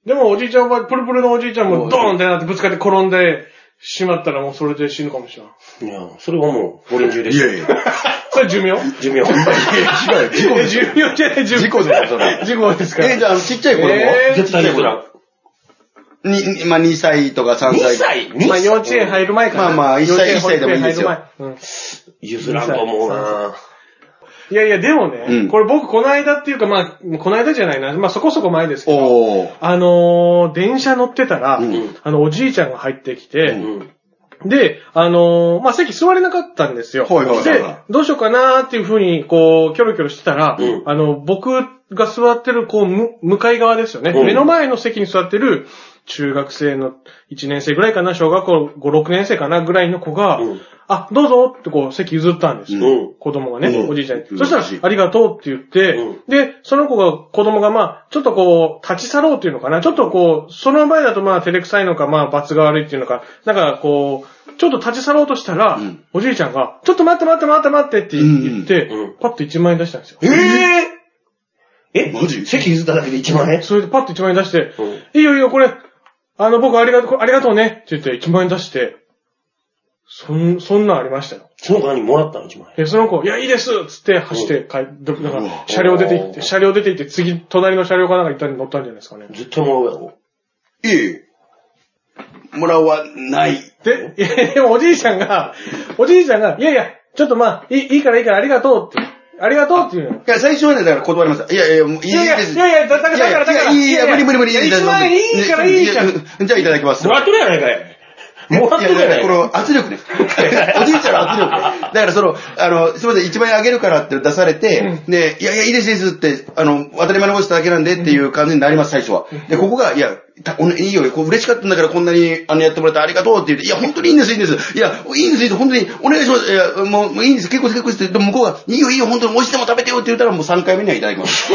Speaker 3: でもおじいちゃんおばあ、プルプルのおじいちゃんもドーンってなってぶつかって転んでしまったらもうそれで死ぬかもしれない。
Speaker 1: いや、それはもう、ご臨終で
Speaker 2: い
Speaker 1: す。
Speaker 2: [LAUGHS] やいや。い
Speaker 3: それ寿命
Speaker 1: 寿 [LAUGHS] 命。
Speaker 2: や違うよ。事故でし
Speaker 3: 寿命じゃな
Speaker 2: ょ。
Speaker 3: い、 [LAUGHS]
Speaker 2: [LAUGHS]
Speaker 3: 寿
Speaker 2: 事
Speaker 3: 命。
Speaker 2: 故ですよ、それ。
Speaker 3: 事故ですから。
Speaker 2: え、じゃああの、ちっちゃい子供
Speaker 3: え
Speaker 1: 絶対譲らん。
Speaker 2: に、にまあ2歳とか3歳。
Speaker 1: 2歳 ?2
Speaker 3: まあ
Speaker 1: 歳
Speaker 3: 幼稚園入る前から。
Speaker 2: まあまあ一歳
Speaker 3: 幼稚園
Speaker 2: 一歳でもいいですよ
Speaker 3: 保育園入る前うん
Speaker 1: 譲らんと思うな
Speaker 3: うんいやいや、でもね、
Speaker 2: うん
Speaker 3: これ僕この間っていうか、まあ、この間じゃないな、まあそこそこ前ですけど、
Speaker 2: おー。
Speaker 3: あのー電車乗ってたら、
Speaker 2: うん
Speaker 3: あの、おじいちゃんが入ってき
Speaker 1: う
Speaker 3: て、
Speaker 1: ん。
Speaker 3: で、あのーまあ、席座れなかったんですよ。
Speaker 2: はいはいはいはい
Speaker 3: で、どうしようかなーっていうふうに、こう、キョロキョロしてたら、
Speaker 1: うん
Speaker 3: あの、僕が座ってる、こう、む向かい側ですよね。
Speaker 1: うん
Speaker 3: 目の前の席に座ってる、中学生の1年生ぐらいかな、小学校5、6年生かなぐらいの子が、
Speaker 1: うん
Speaker 3: あ、どうぞってこう、席譲ったんですよ。
Speaker 1: うん
Speaker 3: 子供がね、
Speaker 2: うん
Speaker 3: おじいちゃんに。
Speaker 2: うん
Speaker 3: そしたら、ありがとうって言って、
Speaker 1: うん
Speaker 3: で、その子が、子供がまあ、ちょっとこう、立ち去ろうっていうのかな、ちょっとこう、その前だとまあ、照れくさいのか、まあ、罰が悪いっていうのか、なんかこう、ちょっと立ち去ろうとしたら、
Speaker 2: うん
Speaker 3: おじいちゃんが、ちょっと待って待って待って待ってって言って、
Speaker 1: うんうん
Speaker 3: パッと1万円出したんですよ。
Speaker 1: えええ
Speaker 2: マジ
Speaker 1: 席譲っただけで1万円
Speaker 3: それでパッと1万円出して、
Speaker 1: うん
Speaker 3: いいよいいよ、これ、あの、僕ありがとう、これありがとうねって言って1万円出して、そん、そんなんありましたよ。
Speaker 1: その子何もらったの1万円。
Speaker 3: で、その子、いや、いいですっつって走って帰どな
Speaker 2: うんわ
Speaker 3: か、車両出て行っ
Speaker 1: おー
Speaker 3: て、車両出て行って、次、隣の車両かなんか行ったんで乗ったんじゃないですかね。
Speaker 1: 絶対もらうやろ。
Speaker 2: いい。もらわない。
Speaker 3: で、いや、でもおじいちゃんが、おじいちゃんが、いやいや、ちょっとまあ、いいいいからいいからありがとうって、ありがとうって言うのよ。
Speaker 2: いや、最初はね、だから断りました。いやいや、もういい
Speaker 3: いやいや、
Speaker 2: で
Speaker 3: い
Speaker 2: す。
Speaker 3: やいや、だから、だから、だから、
Speaker 2: いやいや、いや無理無理無理。
Speaker 3: いや一万円いいからいいじゃん。い
Speaker 2: ん。じゃあいただきます。
Speaker 1: もらっとるやないかい。もらっ
Speaker 2: い
Speaker 1: とる
Speaker 2: や、
Speaker 1: や
Speaker 2: だか
Speaker 1: な
Speaker 2: ら
Speaker 1: い
Speaker 2: こ
Speaker 1: かい。
Speaker 2: の圧力ね。おじいちゃんの圧力。だからその、あの、すいません、1万円あげるからって出されて、で、いやいや、いいですいいですって、あの、当たり前のことしただけなんでっていう感じになります、最初は。で、ここが、いや、たおいいよ、こう嬉しかったんだからこんなに、あの、やってもらってありがとうって言って、いや、本当にいいんです、いいんです。いや、いいんです、いいんです、本当に、お願いします。いや、もう、もういいんです、結構です、結構ですって、でも向こうが、いいよ、いいよ、本当に、美味しいでも食べてよって言ったら、もう3回目にはいただきます。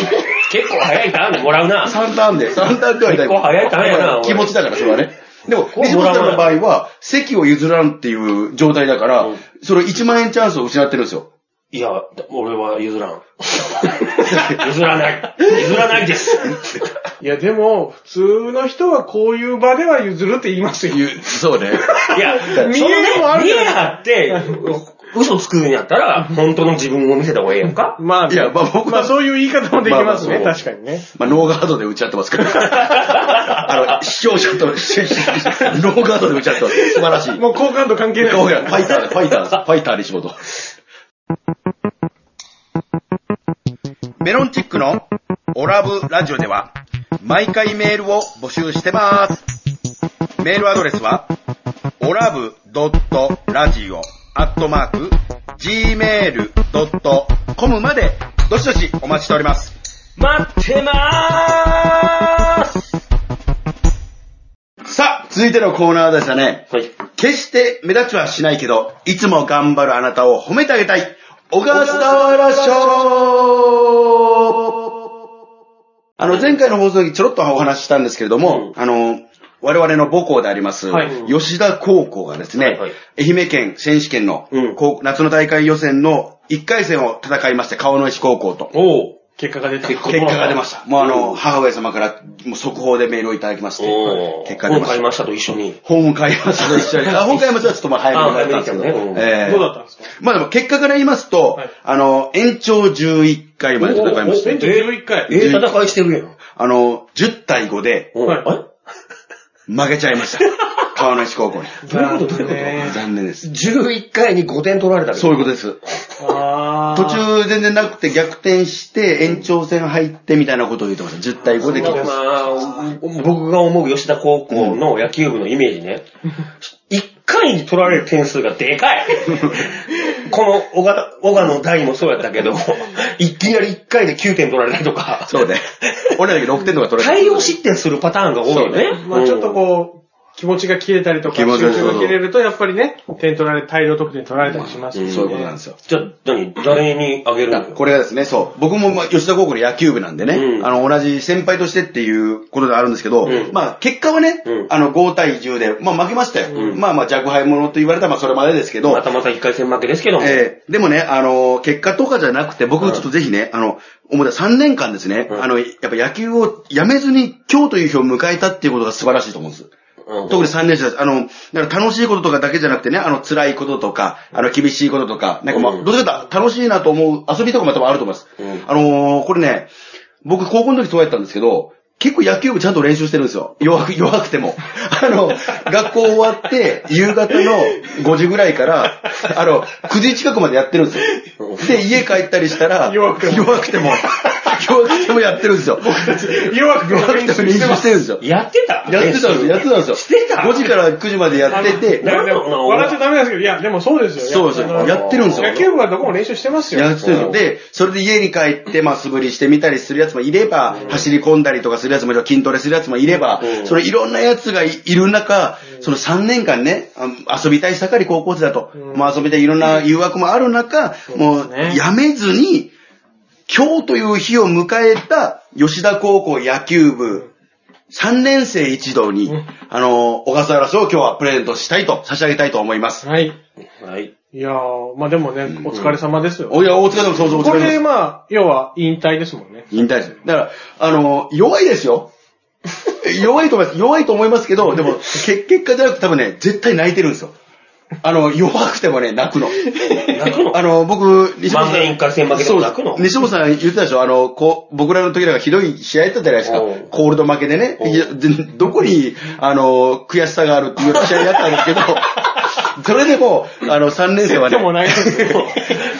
Speaker 1: 結構早いターンでもらうな。
Speaker 2: 三ターンで、三ターンではいただきます。
Speaker 1: 結構早いターンやなおい
Speaker 2: 気持ちだから、それはね。でも、
Speaker 1: う
Speaker 2: 西本さんの場合は、席を譲らんっていう状態だから
Speaker 1: うん、
Speaker 2: その1万円チャンスを失ってるんですよ。
Speaker 1: いや、俺は譲らん。 [LAUGHS] 譲らない。譲らないです。
Speaker 3: や、でも、普通の人はこういう場では譲るって言いますよ。
Speaker 2: そ
Speaker 1: [LAUGHS]
Speaker 2: うね。
Speaker 1: いや、
Speaker 3: 見
Speaker 1: その
Speaker 3: 栄もある
Speaker 1: 見
Speaker 3: じゃな
Speaker 1: え
Speaker 3: い
Speaker 1: 張って、嘘つくんやったら、本当の自分を見せた方がええやんか。
Speaker 3: まあ、
Speaker 2: いやまあ僕は
Speaker 3: まあ、そういう言い方もできますね、
Speaker 2: まあまあ
Speaker 3: 確かにね。
Speaker 2: まあ、ノーガードで打ち合ってますから。
Speaker 1: [LAUGHS]
Speaker 2: あの、視聴者と、ししノーガードで打ち合ってます。素晴らしい。
Speaker 3: もう好感度関係ない。
Speaker 2: どうやらファイター、ファイターです、ファイター西本。メロンチックのオラブラジオでは、毎回メールを募集してます。メールアドレスは、オラブドットラジオアットマーク、gmail.com まで、どしどしお待ちしております。
Speaker 1: 待ってまーす
Speaker 2: さあ、続いてのコーナーでしたね。
Speaker 1: はい。
Speaker 2: 決して目立ちはしないけど、いつも頑張るあなたを褒めてあげたい。小笠原賞あの、前回の放送にちょろっとお話ししたんですけれども、
Speaker 1: う
Speaker 2: あの、我々の母校であります、
Speaker 3: はい
Speaker 2: 吉田高校がですね、
Speaker 1: はいはい
Speaker 2: 愛媛県選手権の、
Speaker 1: うん
Speaker 2: こう夏の大会予選の1回戦を戦いまして、川之石高校と。
Speaker 1: おう。
Speaker 3: 結果が出た。
Speaker 1: 結
Speaker 2: 結果が出ました。もうあの、母親様からもう速報でメールをいただきまして
Speaker 1: お、う。
Speaker 2: 結果出
Speaker 1: 今
Speaker 2: ました
Speaker 1: 買い。ましたと一緒に。
Speaker 2: 本を買いましたと一緒に。あ [LAUGHS] 本買いましたはちょっとまあ早めに買ったんですけど。
Speaker 1: あ早めに買った
Speaker 2: ええ
Speaker 3: どうだったんですか
Speaker 2: まあでも結果から言いますと、
Speaker 3: はい
Speaker 2: あの、延長11回まで戦いまし
Speaker 1: お
Speaker 2: た
Speaker 1: おお。
Speaker 3: 全11回。
Speaker 1: ええ戦いしてるやん。
Speaker 2: あの、10対5で
Speaker 1: おう。
Speaker 3: はい
Speaker 1: あれ
Speaker 2: 負けちゃいました。川之内高校に。
Speaker 1: どういうことどういうこと
Speaker 3: ね
Speaker 2: 残念です。
Speaker 1: 11回に5点取られたけど
Speaker 2: そういうことです。
Speaker 3: あー
Speaker 2: 途中全然なくて逆転して延長戦入ってみたいなことを言ってました。10対5で
Speaker 1: ま
Speaker 2: 来
Speaker 1: あ
Speaker 2: て
Speaker 1: ま
Speaker 2: ます。
Speaker 1: あ、僕が思う吉田高校の野球部のイメージね。一回に取られる点数がでか
Speaker 2: [LAUGHS]
Speaker 1: い。この小賀、小賀の代もそうやったけど、いきなり1回で9点取られたりとか、
Speaker 2: そうね。俺らだけ6点とか取れ
Speaker 1: 大量失点するパターンが多いよ
Speaker 3: う
Speaker 1: ね。
Speaker 3: んまあちょっとこう、気持ちが切れたりとか、
Speaker 2: 気持ちが
Speaker 3: 集中が切れると、やっぱりね、点取られ、大量得点取られたりしますしね
Speaker 2: そういうことなんですよ。
Speaker 1: じゃあ、何誰にあげる
Speaker 2: だ
Speaker 1: の
Speaker 2: これがですね、そう。僕も、まあ、吉田高校の野球部なんでね、
Speaker 1: うん
Speaker 2: あの、同じ先輩としてっていうことではあるんですけど、
Speaker 1: うん
Speaker 2: まあ、結果はね、
Speaker 1: うん
Speaker 2: あの、5対10で、まあ、負けましたよ。
Speaker 1: うん
Speaker 2: まあまあ、弱敗者と言われたら、まあ、それまでですけど、
Speaker 1: またまた1回戦負けですけども。
Speaker 2: えーでもね、あのー結果とかじゃなくて、僕、ちょっとぜひね、あの、思った3年間ですね、
Speaker 1: うん
Speaker 2: あの、やっぱ野球をやめずに今日という日を迎えたっていうことが素晴らしいと思うんです。
Speaker 1: うん
Speaker 2: 特に3年生です。あの、だから楽しいこととかだけじゃなくてね、あの、辛いこととか、あの、厳しいこととか、なんかまあ、
Speaker 1: うん
Speaker 2: どっちかというと楽しいなと思う遊びとかも多分あると思います。
Speaker 1: うん
Speaker 2: あのーこれね、僕高校の時そうやったんですけど、結構野球部ちゃんと練習してるんですよ。弱く、弱くても。 [LAUGHS] あの、学校終わって、夕方の5時ぐらいから、あの、9時近くまでやってるんですよ。で、家帰ったりしたら、
Speaker 3: 弱くても
Speaker 2: 弱くても、弱くてもやってるんですよ。
Speaker 3: 弱く
Speaker 2: 弱くても練習してるんですよ。
Speaker 1: やってた
Speaker 2: やってたんですよ、やってたんですよ。
Speaker 1: してた
Speaker 2: ?5 時から9時までやってて、
Speaker 1: な
Speaker 3: だ
Speaker 1: ん
Speaker 3: で
Speaker 1: だ
Speaker 3: も
Speaker 1: ろうな
Speaker 3: 笑っちゃダメなんですけど、いや、でもそうですよ。
Speaker 2: そうですよ。やってるんですよ。
Speaker 3: 野球部はどこも練習してますよ。
Speaker 2: やってるんですよ。で、それで家に帰って、まあ素振りしてみたりするやつもいれば、走り込んだりとかするやつもいれば、筋トレするやつもいれば
Speaker 1: う、ん
Speaker 2: そのいろんなやつがいいる中、その3年間ね、あ遊びたい盛り高校生だと、
Speaker 3: うん
Speaker 2: まあ遊びたいいろんな誘惑もある中、も
Speaker 3: そう
Speaker 2: う
Speaker 3: ですね
Speaker 2: やめずに、今日という日を迎えた吉田高校野球部、3年生一同に、
Speaker 3: うん
Speaker 2: あの、小笠原賞を今日はプレゼントしたいと、差し上げたいと思います。
Speaker 3: はい。
Speaker 1: はい。
Speaker 3: いやー、まあでもね、お疲れ様ですよ。
Speaker 2: おいや、大塚でも想像お疲
Speaker 3: こ
Speaker 2: れ様
Speaker 3: れ
Speaker 2: です
Speaker 3: で、まあ、要は引退ですもんね。
Speaker 2: 引退です。だから、あの、弱いですよ。弱いと思います。弱いと思いますけど、でも、結結果じゃなくて多分ね、絶対泣いてるんですよ。あの、弱くてもね、泣くの。
Speaker 1: 泣くの
Speaker 2: あの、僕、西
Speaker 1: 万年一回戦負けでも泣くの
Speaker 2: そう西本さん言ってたでしょあの、こう、僕らの時なんかひどい試合やったじゃないですか。
Speaker 1: おう
Speaker 2: コールド負けでね。
Speaker 1: おう
Speaker 2: いやでどこに、あの、悔しさがあるっていう試合だったんで
Speaker 1: [LAUGHS]
Speaker 2: すけど、それでも、あの、3年生は
Speaker 3: で
Speaker 2: ね、
Speaker 3: もない。
Speaker 2: [LAUGHS]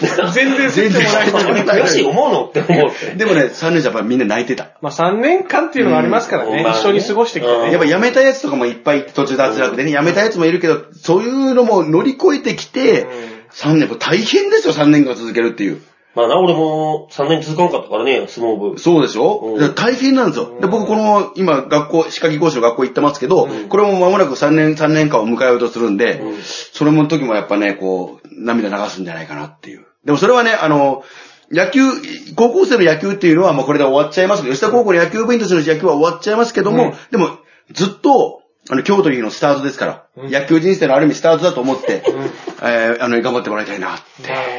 Speaker 3: 全然
Speaker 2: 全然
Speaker 3: ない。
Speaker 1: 悔しい思うのって思うって。
Speaker 2: でもね、3年生はやっぱりみんな泣いてた。
Speaker 3: まあ3年間っていうのがありますから
Speaker 1: うん
Speaker 3: ね。
Speaker 1: まあね
Speaker 3: 一緒に過ごしてきて
Speaker 1: う
Speaker 3: ね。
Speaker 1: ん
Speaker 2: やっぱ辞めたやつとかもいっぱいいて途中脱落でね、辞めたやつもいるけど、そういうのも乗り越えてきて、3年、これ大変ですよ、3年間続けるっていう。
Speaker 1: [LAUGHS] まあな、俺も3年続かんかったからね、相撲部。
Speaker 2: そうでしょ
Speaker 1: うん
Speaker 2: だから大変なんですよ。で、僕この、今、学校、歯科技講師の学校行ってますけど、これも間もなく3年、3年間を迎えようとするんで、それも時もやっぱね、こう、涙流すんじゃないかなっていう。でもそれはね、あの、野球、高校生の野球っていうのはもうこれで終わっちゃいますけど、吉田高校の野球部員としての野球は終わっちゃいますけども、
Speaker 3: うん
Speaker 2: でも、ずっと、あの、今日という日のスタートですから、野球人生のある意味スタートだと思って、えーあの、頑張ってもらいたいな。
Speaker 3: なる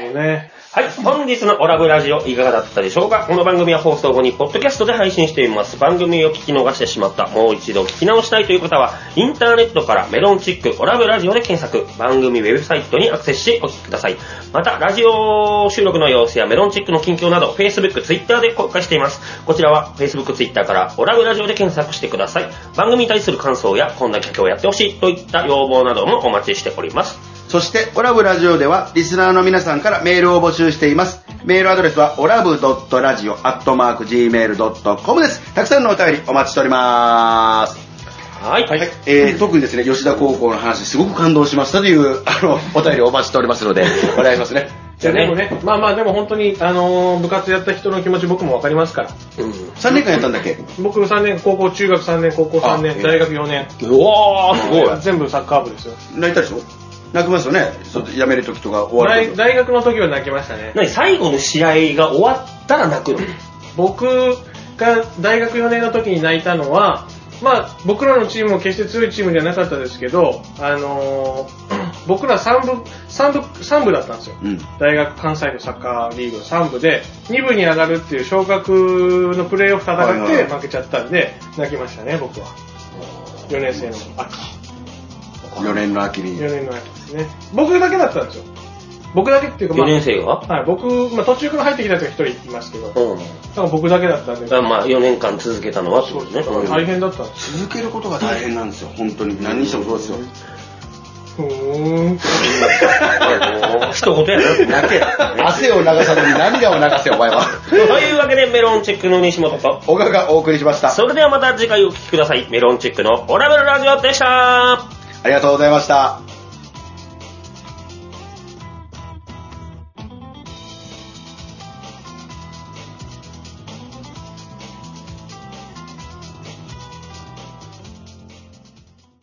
Speaker 3: ほどね。
Speaker 1: はい、本日のオラブラジオいかがだったでしょうかこの番組は放送後にポッドキャストで配信しています。番組を聞き逃してしまった、もう一度聞き直したいという方は、インターネットからメロンチックオラブラジオで検索、番組ウェブサイトにアクセスしお聞きください。また、ラジオ収録の様子やメロンチックの近況など、Facebook、Twitter で公開しています。こちらは Facebook、Twitter からオラブラジオで検索してください。番組に対する感想や、こんな企画をやってほしいといった要望などもお待ちしております。
Speaker 2: そして、オラブラジオでは、リスナーの皆さんからメールを募集しています。メールアドレスは、オラブドットラジオアットマーク Gmail.com です。たくさんのお便りお待ちしております。
Speaker 1: はい。はい。
Speaker 2: えー、特にですね、吉田高校の話、すごく感動しましたという、あの、お便りをお待ちしておりますので、お願いしますね。
Speaker 3: じゃあでもね、まあまあでも本当に、あのー部活やった人の気持ち僕もわかりますから。
Speaker 1: うん
Speaker 2: 3年間やったんだっけ
Speaker 3: 僕3年、高校、中学3年、高校3
Speaker 2: あ
Speaker 3: 年、大学4年。
Speaker 1: うわー、すごい。
Speaker 3: [LAUGHS] 全部サッカー部ですよ。
Speaker 2: 泣いたでしょ泣きますよね。そう辞める時とか終わる
Speaker 3: 大
Speaker 2: 時。
Speaker 3: 大学の時は泣きましたね。
Speaker 1: 何最後の試合が終わったら泣くの
Speaker 3: 僕が大学4年の時に泣いたのは、まあ僕らのチームも決して強いチームじゃなかったですけど、あのー [CLEARS THROAT] 僕ら3部、三部、三部だったんですよ。
Speaker 2: うん。
Speaker 3: 大学関西のサッカーリーグの3部で、2部に上がるっていう昇格のプレーオフ
Speaker 2: はい
Speaker 3: 戦っ
Speaker 2: はい
Speaker 3: て負けちゃったんで、泣きましたね、僕は。4年生の秋。
Speaker 2: 4年の秋に。
Speaker 3: 4年の秋ですね。僕だけだったんですよ。僕だけっていうか、ま
Speaker 1: 4
Speaker 3: あ、
Speaker 1: 年生が
Speaker 3: はい、僕、まあ、途中から入ってきた人が1人いますけど、だか
Speaker 1: うん。
Speaker 3: ら僕だけだったんで、
Speaker 1: あまあ、4年間続けたのはって
Speaker 3: そ
Speaker 1: こ
Speaker 3: う
Speaker 1: と
Speaker 3: ですね大変だったんです。
Speaker 2: 続けることが大変なんですよ、本当に。何にしてもそうですよ。
Speaker 3: ふーん。
Speaker 1: あの一言やな。
Speaker 2: 泣け。汗を流さずに涙を流せ、お前は。
Speaker 1: というわけで、メロンチックの西本と、
Speaker 2: 小川がお送りしました。
Speaker 1: それではまた次回お聞きください。メロンチックのオラベルラジオでした
Speaker 2: ありがとうございました。